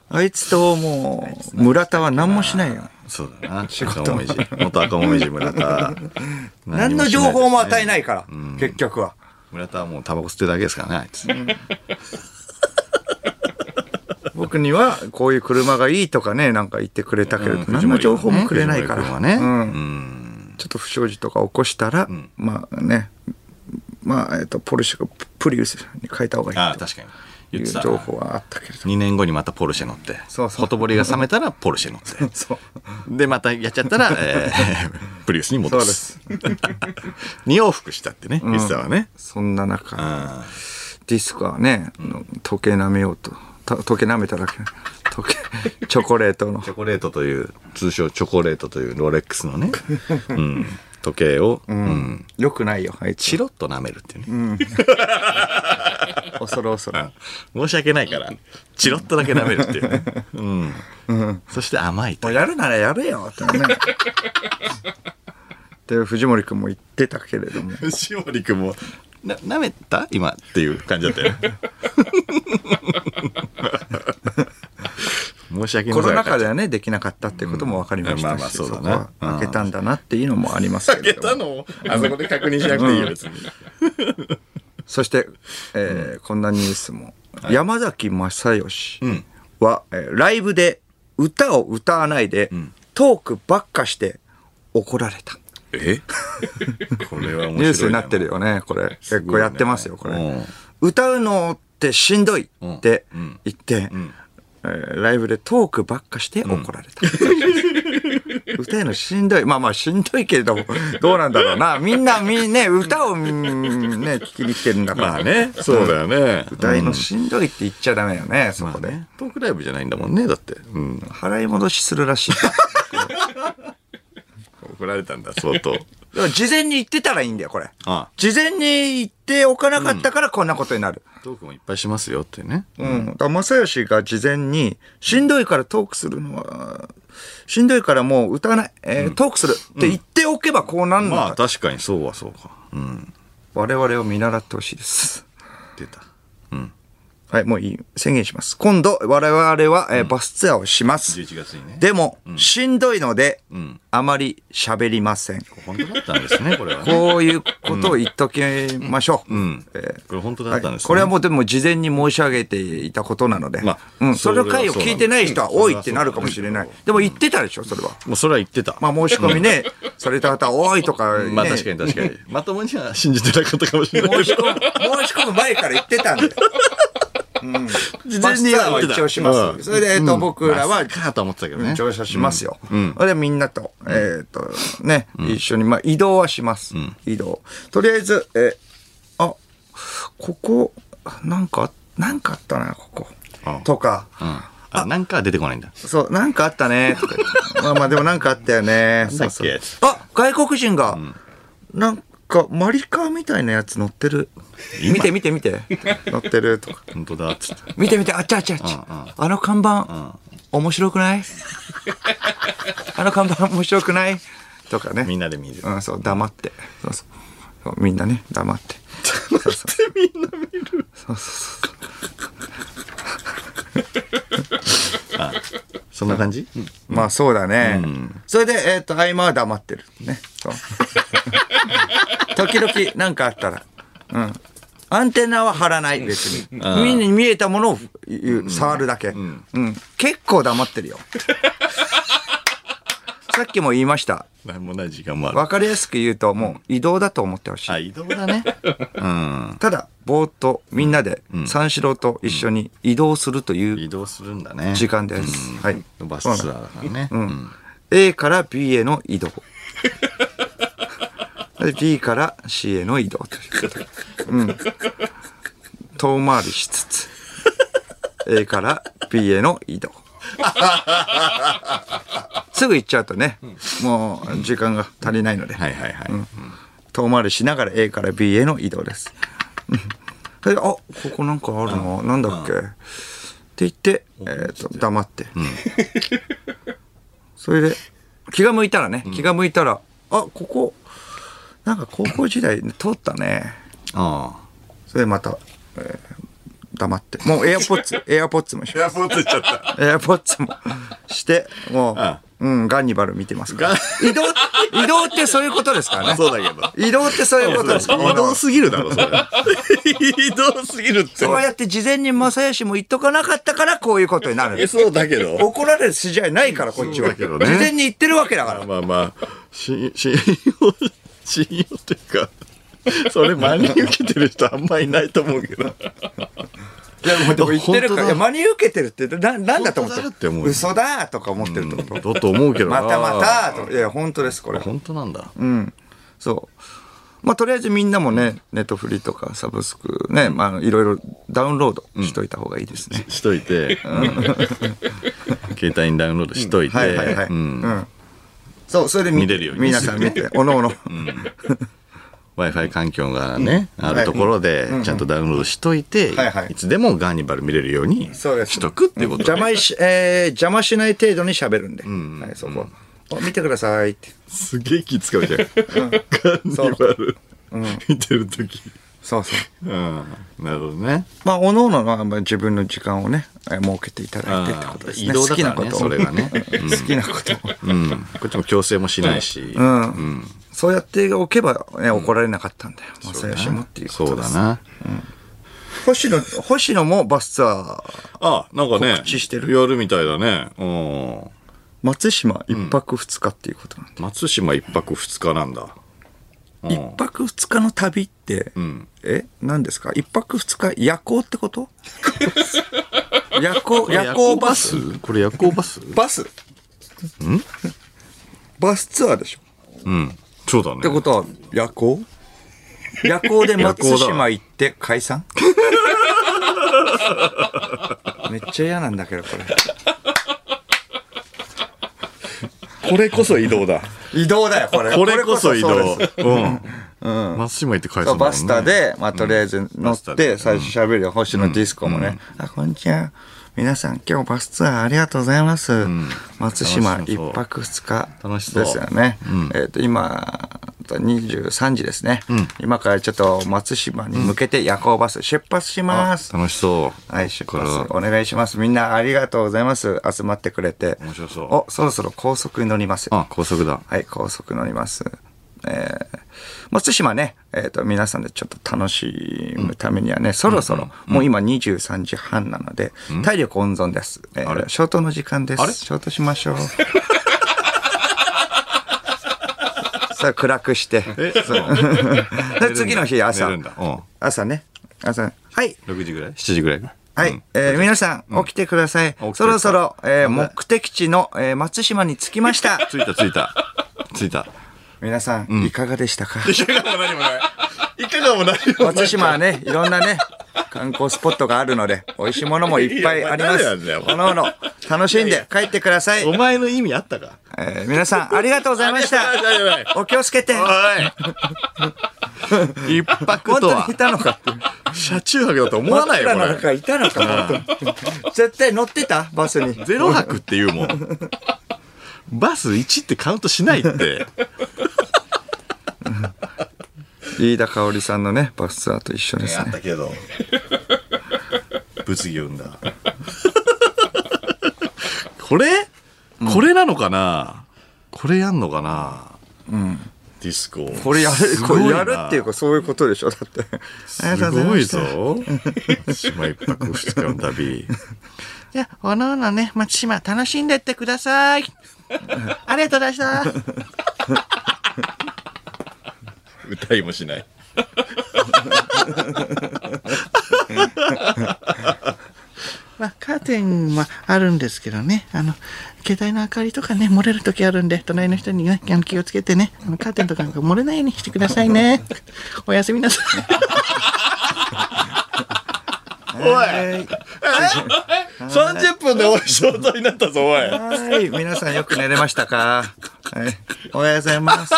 あいつともう、ですね。村田は何もしないよ。そうだな。赤もみじ。元赤もみじ村田。 [laughs] 何のもし情ないですね報も与えないから、結局は。村田はもうタバコ吸ってるだけですからね、あいつ。僕にはこういう車がいいとかね、なんか言ってくれたけれど、何の情報もくれないから、藤森君はね。ちょっと不祥事とか起こしたら、まあね、まあ、えっと、ポルシェがプリウスに変えた方がいいと。ああ、確かに。言いってうた。情報はあったけれど。 2年後にまたポルシェ乗って。そうそうほとぼりが冷めたらポルシェ乗って。そう。で、またやっちゃったら、えー [laughs] プリウスに戻す。二往復したってね、言ってたわね。そんな中、うんディスコはね、時計舐めようと。た時計舐めただけ。時計、 [laughs] チョコレートのチョコレートという、通称チョコレートというロレックスの [laughs] ね、うん、時計を、うん、よくないよ、あいつチ。ロッと舐めるっていうね。恐る恐る。申し訳ないから、チロッとだけ舐めるっていうね。うん。そして甘いもとう。やるならやれよって [laughs] ね。で、藤森くんも言ってたけれども。しおりくんも、な、舐めた今っていう感じだったよ [laughs] ね。申し訳ない。コロナ禍ではね、できなかったってことも分かりましたし、うんまあまあそうだなこは開けたんだなっていうのもありますけれどのも。あそこで確認しなくていいよ、別に。そして、えーこんなニュースも。山崎正義は、えーライブで歌を歌わないで、トークばっかして怒られた。 [laughs] えこれは面白い。ニュースになってる。よね、これ。結構やってますよ、これ。うん歌うのってしんどいって言って、えーライブでトークばっかして怒られた。 [laughs] 歌うのしんどい。まあまあしんどいけれども、どうなんだろうな。みんな、みんね、歌をみんね、聞きに来てるんだから。まあね、そうだよね。歌いのしんどいって言っちゃダメよね、そこで。トークライブじゃないんだもんね、だって。うん。払い戻しするらし [laughs] い。だか怒られたんだ、相 [laughs] 当。ら事前に言ってたらいいんだよ、これ。あ事前に言っておかなかったからこんなことになる。トークもいっぱいしますよってね。うん。だから正義が事前に、しんどいからトークするのは、しんどいからもう歌わない、えートークするって言っておけばこうなんのか、まあ確かにそうはそうか。うん。我々を見習ってほしいです。出た。はい、もういい。宣言します。今度、我々は、えーバスツアーをします。 11月にね。でも、しんどいので、あまり喋りません。本当だったんですね、これはね。 [laughs] こういうことを言っときましょう。うん。これ本当だったんですね。これはもうでも事前に申し上げていたことなので、まあうん、そそれのは回を聞いてない人は多いってなるかもしれそうなないんで。でも言ってたでしょ、それは。もうそれは言ってた。まあ申し込 [laughs] みね、された方多いとか、ね、まあ確かに確かに。まともには信じてなかったかもしれない申。し込む、申し込む前から言ってたんで。事バスツアーは一応しまうんす。それで、えっと、僕らは [laughs] まさかと思ってたけどね。乗車しますよ。それでみんなと、えっと、ね、一緒に、まあ移動はします。移動。とりあえず、え、あ、ここ、なんか、なんかあったな、ここあ。とか、あ、なんか出てこないんだ。そう、なんかあったね、とか言って。まあまあ、でもなんかあったよね。だそっけうそう。あ、外国人が、なんか、マリカーみたいなやつ乗ってる。見て見て見て。 [laughs] 乗ってるとか。本当だ、つ [laughs] って。見て見て、あっちあっちあっち。あの看板、面白くない [laughs] あの看板面白くないとかね。みんなで見るう。ん、そう、黙って。そうそう。そうみんなね、黙って。そうそうそんな感じまあそうだね。それで、えっ、と、合間は黙ってる。ね。 [laughs] そう。時々なんかあったら。うん。アンテナは張らない、別に。見に見えたものを言う触るだけ、うん。結構黙ってる [laughs] よ。さっきも言いました。なんもない時間もある。わかりやすく言うと、もう移動だと思ってほしい。あ、移動だね。うん。ただ、ぼーっとみんなで三四郎と一緒に移動するという移動するんだね。時間です。はい。うん。バスツアーだからね。うん A から B への移動。 [laughs] で B から C への移動ということでうん。遠回りしつつ、A から B への [laughs] 移動。すぐ行っちゃうとね、もう時間が足りないので、はいはいはい。遠回りしながら A から B への移動です。うんそれであここなんかあるな、なんだっけ、って言って、えー、と黙って、それで気が向いたらね、気が向いたらあここなんか高校時代通ったねああ。それでまた、えー [laughs] 黙ってもうエアポッツエアポッツもしよエアポート行っちゃった。うエアポッツもして、もう、うん、ガンニバル見てますから。移動、移動ってそういうことですからね。そうだけ [laughs] ど。移動ってそういうことですから移動すぎるだろ、それ。移動すぎるって。そうやって事前に正義も言っとかなかったから、こういうことになるんえ、です。そうだけど。怒られる筋合いないから、こっちそうは。だけ事どね前に言ってるわけだから。まあまあ、信信用、信用っていうか、それ真に受けてる人あんまいないと思うけど。いや、もうでも言ってる本当から、だいや真に受けてるって、な、なんだと思本当ってだるって思うよ嘘だとか思ってるってこと。だと思うけどな。またまたと。いや、本当です、これ。本当なんだ。そう。まあ、とりあえずみんなもね、ネットフリとかサブスクね、まあ、いろいろダウンロードしといた方がいいですね。しといて、 [laughs] 携帯にダウンロードしといて、はいはいはい。うんうんそう、それで見見れるように皆さん見て、おのおの。 Wi-Fi 環境がね、あるところで、ちゃんとダウンロードしといて、はいはいいつでもガーニバル見れるようにそうですしとくっていうこと邪魔いし、えー邪魔しない程度に喋るんで。はい、そこ。お見てくださいって。すげえ気使うじゃん。ガーニバル見てるとき。そうそうう。ん。なるほどね。まあ、おのおのまあ自分の時間をね、えー設けていただいてってあことーです移ね。動好だきからなこね、とを。それがね。うん [laughs] 好きなことを。うん。こっちも強制もしないし。うん。そうやっておけば、ね、怒られなかったんだよ。正義もっていうこそとうでだす。な。星野、星野もバスツアー、あ、なんかね、告知してるやるみたいだね。うん。松島一泊二日っていうことなんで。松島一泊二日なんだ。うん一、泊二日の旅って、え何ですか一泊二日夜行ってこと [laughs] 夜行、夜行バスこれ夜行バスバスんバスツアーでしょうん。そうだね。ってことは夜行夜行で松島行って解散 [laughs] めっちゃ嫌なんだけどここれこそ移動だ。れ移動だよこ [laughs] れこれこそ移そう動。ですうん。松島行って返すもんねバスタで、まあ、とりあえず乗バっスタて、で最初喋るよ、星野ディスコもね、あ、こんにちは。皆さん、今日バスツアーありがとうございます。松島楽し一そう泊二日楽しそうですよね。えっ、と、今、23時ですね、今からちょっと松島に向けて夜行バス出発しあます。楽しそう。はい、出これ発お願いします。みんなありがとうございます。集まってくれて。面白そうお、そろそろ高速に乗ります。あ、高速だ。はい、高速乗ります。えー、松島ね、えっ、と、皆さんでちょっと楽しむためにはね、そろそろ、もう今23時半なので、体力温存です。えー、消灯の時間です。消灯しま [laughs] しょう。さあ、暗くして。え、 [laughs] そう。で、次の日朝寝るんだ。うん。朝ね、朝、はい、 6時ぐらい ?7 時ぐらいはい、えー皆さん、起きてください。たそろそろ、えー目的地の、えー松島に着きま [laughs] した。着いた着いた。 [laughs] 着いた。皆さん、いかがでしたかいかがも何もない。いかがも何も松島はね、いろんなね、観光スポットがあるので、美味しいものもいっぱいありまいやいやお前誰なすんだよ。おのおの、楽しんで帰ってください。お前の意味あったかえー皆さん、ありがとうございました。お気をつけて。おい一泊本と当はにいたのかって。車中泊だと思わないよ真っこ暗のれ中いたのか、本当に絶対乗ってたバスに。ゼロ泊っていうもんバス1ってカウントしないって飯田香織さんのね、バスツアーと一緒ですね。だけど物議うんだこれこれなのかなこれやんのかなディスコこれやるす、こごいれなやるっていうか、そういうことでしょ、だって。ありすがとうごございましたぞ島一泊二日の旅じゃあ、おのおのね、松島、楽しんでってくださ [laughs] い。ありがとうございました。 [laughs] 歌いもしない。まあ、カーテンはあるんですけどね、あの、携帯の明かりとかね、漏れるときあるんで、隣の人にね、あの気をつけてね、あのカーテンとかなんか漏れないようにしてくださいね。おやすみなさい。おい、!30 分でおい仕事になったぞ、おいはい、皆さんよく寝れましたか。はい、おはようございます。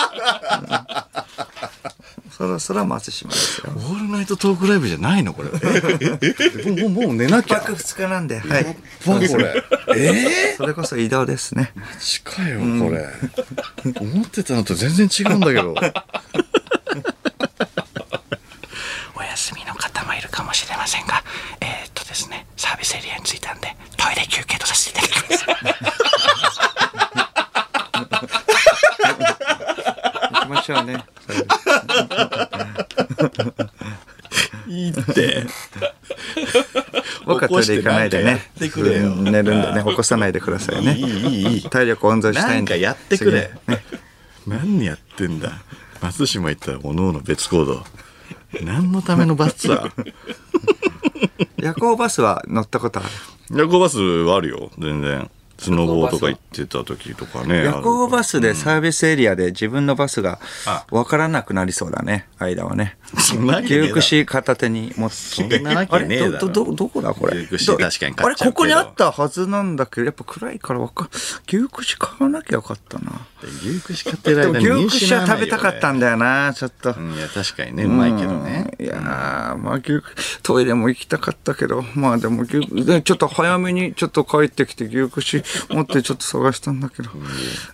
そろそろ松島ですよ。オールナイトトークライブじゃないのこれ。もう、もう、もう寝なき一ゃ。泊二日なんで、はい、これ。えそれこそ移動ですね。ぇ、近いよ、これ。思ってたのと全然違うんだけど。 [laughs] お休みの方もいるかもしれませんが、えーっとですね、サービスエリアに着いたんで、トイレ休憩とさせていただきます。 [laughs] トイレ行かないでね起こしてなんかやってくれようん寝るんでね起こさないでくださいねいいいいいい体力温存したいなんかやってくれ次ね何やってんだ松島行ったらおのおの別行動何のためのバスツアー夜行バスは乗ったことある。 [laughs] 夜行バスはあるよ全然スノボーとか行ってた時とかね夜行スバスでサービスエリアで自分のバスが分からなくなりそうだね、間はね。そんなわけねえだろ牛串片手に持つ。そんなわけねえだろど、ど、どどこだこれ。牛串ど確かに買っちゃうけどあれ、ここにあったはずなんだけど、やっぱ暗いからわかん、牛串買わなきゃよかったな。牛串買ってるでも間に見牛串失わはないよね食べたかったんだよな、ちょっと。うんいや確かにねうまいけどねうんいやー、まあ、牛、トイレも行きたかったけど、まあでも牛、でちょっと早めにちょっと帰ってきて牛串持ってちょっと探したんだけど、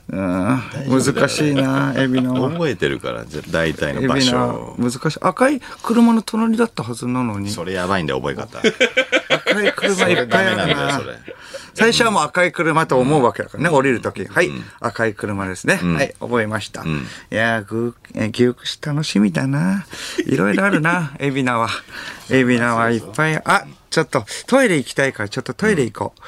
うん、難しいな、エビの。覚えてるからぜ大体エのビ場の所難しい。赤い車の隣だったはずなのに。それやばいんだよ覚え方赤い車いっぱいダあるなメなんだよそれ。最初はもう赤い車と思うわけだからね、降りるとき。はい、赤い車ですね。はい、覚えました。いやー、ぐえ牛串楽しみだな。いろいろあ [laughs] るな、海老名は。海老名はいっぱい。あ、ちょっとトイレ行きたいから、ちょっとトイレ行こう。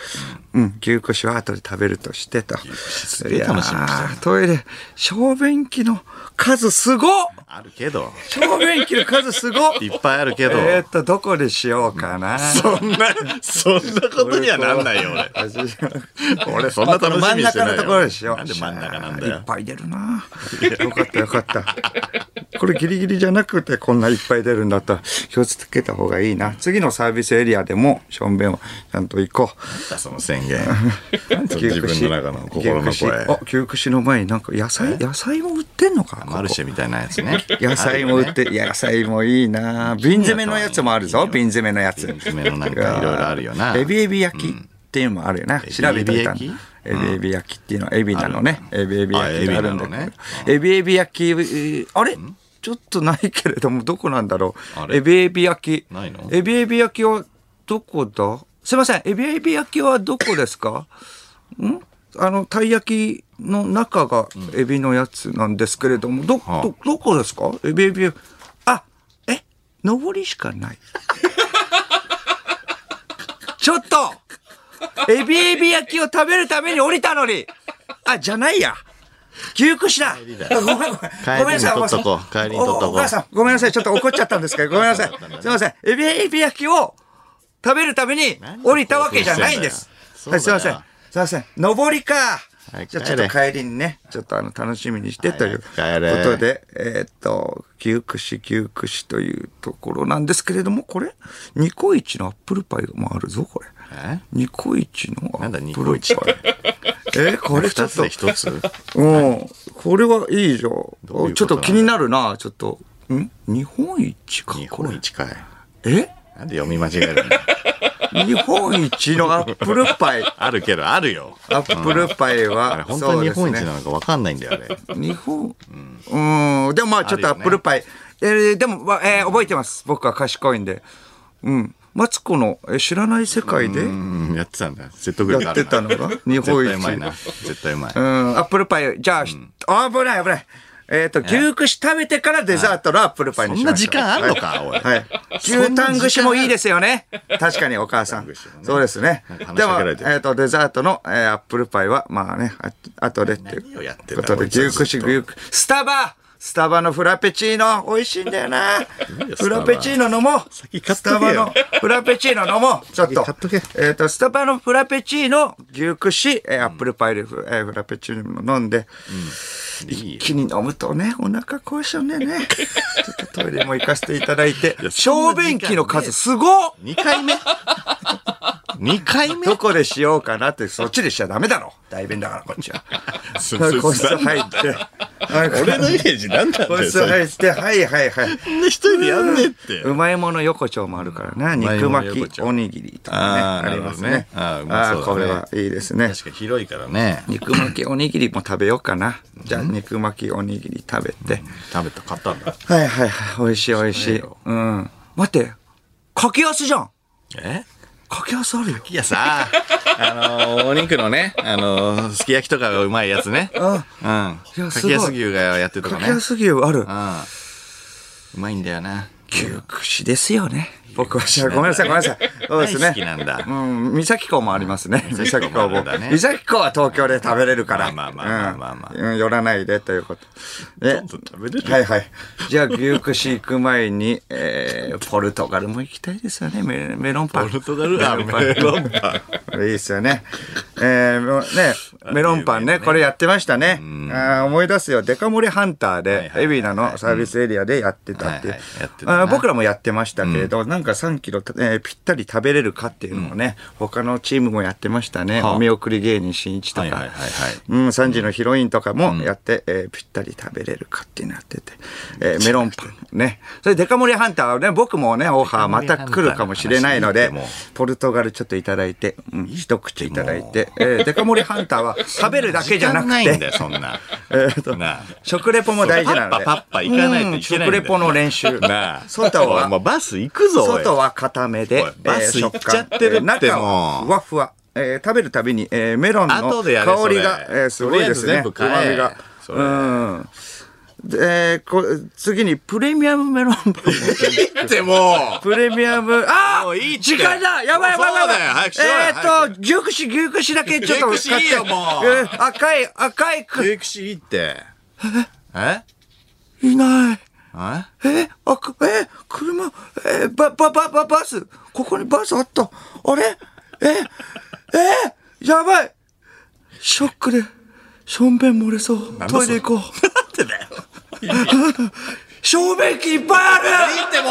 うん、牛串は後で食べるとしてと。すげえ楽しみにしてるいやートイレ、小便器の数すごっあるけど小便器の数すごっいっぱいあるけどえーっと、どこでしようかな。そんな、そんなことにはなんないよ、俺。俺、 [laughs] そんな楽しみにしてないよ。真ん中のところでしよう。なんで真ん中なんだいよっ。ぱい出るな。よかったよかった。これギリギリじゃなくてこんないっぱい出るんだったら気をつけた方がいいな。次のサービスエリアでもしょんべんをちゃんと行こう。その宣言。 [laughs] 自分の中の心の牛串声。あ、牛串の前になんか野菜、野菜も売ってんのかマルシェみたいなやつね。 [laughs] 野菜も売って、野菜もいいな瓶詰めのやつもあるぞ、瓶詰めのやつ。瓶詰めのなんかいろいろあるよなエビエビ焼きっていうのもあるよな。調べといたんだエビエビ焼きエビエビ焼きっていうのはエビなのね。エビエビ焼きがあるんだけあエビなのねど。エビエビ焼き、えーあれちょっとないけれども、どこなんだろあう。れエビエビ焼き。ないのエビエビ焼きはどこだすいません、エビエビ焼きはどこですかんあの、たい焼きの中がエビのやつなんですけれども、ど、はあど、どこですかエビエビ、あ、え、上りしかない。ちょっとエビエビ焼きを食べるために降りたのにあ、じゃないや牛串だごめんごめん。ごめんなさい、帰りに取っとこうお母さん帰りに取っとこうおお母さん、ごめんなさい。ちょっと怒っちゃったんですけど、ごめんなさい。すいません。エビエビ焼きを食べるために降りたわけじゃないんです。何はい、興奮しすいてんだよません。すいません。上りか。はいじゃあちょっと帰りにね、ちょっとあの、楽しみにしてというこ早く帰れとで、えーっと、牛串牛串というところなんですけれども、これ、ニコイチのアップルパイもあるぞ、これ。えニコイチのアなんだ、ッニプコルイチっパイ。て。 [laughs] え、これち二ょっつとで、一 [laughs] つうん、これはいいじゃういうん。ことなんだちょっと気になるな、ちょっと。ん日本一か日、こ本れ。一かい。えなんで読み間違えるんだよ日本一のアップルパ [laughs] イ。あるけど、あるよ。アップルパイあれ、は、本当に日そう本で一すねなのかわかんないんだよ、あれ。日本、うん、でもまあちょっとアップルパイ、えーでも、まあえー覚えてます僕は賢いんでうんマツコのえー知らない世界で、うんうん、やってたんだ。説得力あるな。やってたのが日本絶対一うまいな。絶対うまい。アップルパイじゃあ、ひ危ない危ないえっ、と牛串食べてからデザートのアップルパイにしましょうそんな時間あんのかおいはい、そ牛んな時間あタン串もいいですよね確かにお母さん、牛タン串もねそうですねなんか話でしもかけらえれってる、とデザートの、えーアップルパイはまあねあ後でっていう何をやってんこだとで、牛串牛串。スタバスタバのフラペチーノ、美味しいんだよな。フラペチーノ飲もう。買っスとタけバよのフラペチーノ飲もう。ちょっと。買っとけえっと、スタバのフラペチーノ、牛串、えーアップルパイでフ,、えーフラペチーノ飲んで、一気に飲むとね、お腹壊しちゃうんだよ [laughs] ね。ちょっとトイレも行かせていただいて、小便器の数すごっ2回目 ?2 回目どこでしようかなって、そっちでしちゃダメだろ。大便だからこっ [laughs] ちは。す個室入って。俺のイメージなんなんだこよいつそれ入って、はいはいはい。一人でやんねえってうまいもの横丁もあるからね。まい肉もの巻横き、丁おにぎりとかね。あーありますね。なあるほどねあーうまそうだねあー、これはいいですね。確かに広いからね肉巻きおにぎりも食べようかな。じゃあ、肉巻きおにぎり食べて。食べた買ったんだはいはいはい。美味しい美味しい。うん。待って、かけやすじゃん。えかけやすあるよ。いやさあ [laughs] のーお肉のねあのーすき焼きとかがうまいやつねいうんやかすきごいやす牛がやってるとかかけねやす牛あるう。んうまいんだよな牛串ですよね。僕は知らない。ごめんなさい、ごめんなさい。そうですね。大好きなんだうん、三崎港もありますね。三崎崎港もあ港も。るんだね三崎港は東京で食べれるから。まあまあまあまあまあまあうんうん寄らないでということ。で、食べれるはいはい。じゃあ、牛串行く前に、えー、ポルトガルも行きたいですよね。メメロンパン。ポルトガルあメロンパン。これいいですよね。えー、もうね、メロンパンね、これやってましたね。あー思い出すよ。デカ盛りハンターいで、はい海老名のサービスエリアでやってたっていううんはいはいやって。たなあー僕らもやってましたけれど、なんか3キロ、えーぴったり食べれるかっていうのをね、他のチームもやってましたね。はあお見送り芸人しんいちとはいはいかはいはい。うん、3時のヒロインとかもやって、えーぴったり食べれるかってなってて。えーメロンパンね。それデカ盛りハンターはね、僕もね、オファーまた来るかもしれないのデでカ盛りハンターの話になっても、ポルトガルちょっといただいて、うん、一口いただいて、えーデカ盛りハンターは食べるだけじゃなく時間いんだて、よ、そんな。えーとなあ食レポも大事なので、パッパパッパ行かないといけないんだようん食レポの練習。なあ。外おいもうは、バス行くぞ、おい外は固めでおい、バス行っちゃってるってえー食感えー中はもうふわふわ。えー食べるたびに、えーメロンの後香でやれそれりが、えーすごいですとりあえね。ず全部買え旨味それが。うん。で、こ次にプレミアムメロンパンも。 [laughs] ってもうプレミアム、あもういいって時間だやばいやばいやばいそうだよ早くしろよえーっ早と、牛串、牛串だけちょっと買って。牛串いいよもうえー赤い、赤いく、デクシーって。えいない。ええ赤、え車、えば、ば、ば、ば、バス。ここにバスあった。あれええやばいショックで、しょんべん漏れそう。トイレ行こう。なんでだよ。小便器いっぱいあるいいっても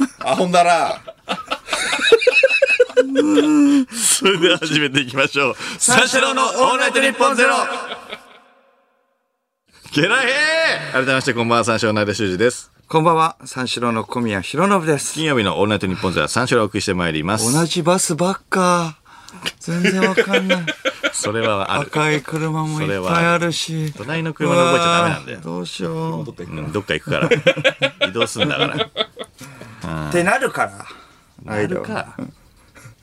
うあほんだらそれでは始めていきましょう三四郎のオールナイトニッポンゼロゲラヘー改めましてこんばんは三四郎の間修二ですこんばんは、三四郎の小宮弘信です。金曜日のオールナイトニッポンゼロは三四郎をお送りしてまいります同じバスばっか。全然わか [laughs] んない。それはある赤い車もいそれっはぱいあるし。隣の車の覚えちゃダメなんだようわーどうしよう。うんどっか行くから移動すんだからってなるから。なるか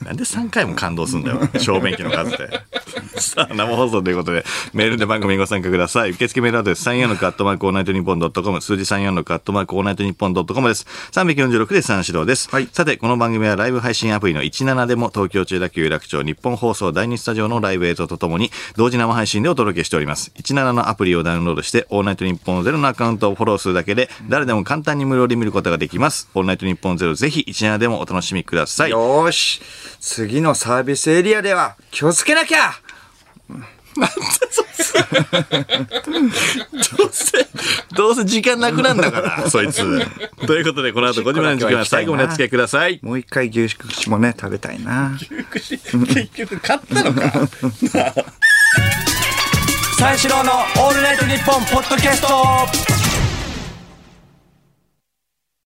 なんで3回も感動すんだよ、小便器の数で。 [laughs] さあ、生放送ということで、メールで番組にご参加ください。受付メールアドレス、34のカットマークオールナイトニッポンドットコム、数字34のカットマークオールナイトニッポンドットコムです。346で三四郎です。さて、この番組はライブ配信アプリの17でも、東京中田有楽町日本放送第2スタジオのライブ映像とともに、同時生配信でお届けしております。17のアプリをダウンロードして、オールナイトニッポンゼロのアカウントをフォローするだけで、誰でも簡単に無料で見ることができます。オールナイトニッポンゼロ、ぜひ17でもお楽しみください。よーし。次のサービスエリアでは気をつけなきゃどうせ、どうせ時間なくなんだから、そいつ。 [laughs] ということで、この後5時までの時間は最後までお付き合いください。もう一回牛串もね、食べたいな。結局、勝った [laughs] のか。三四郎のオールナイトニッポンポッドキャスト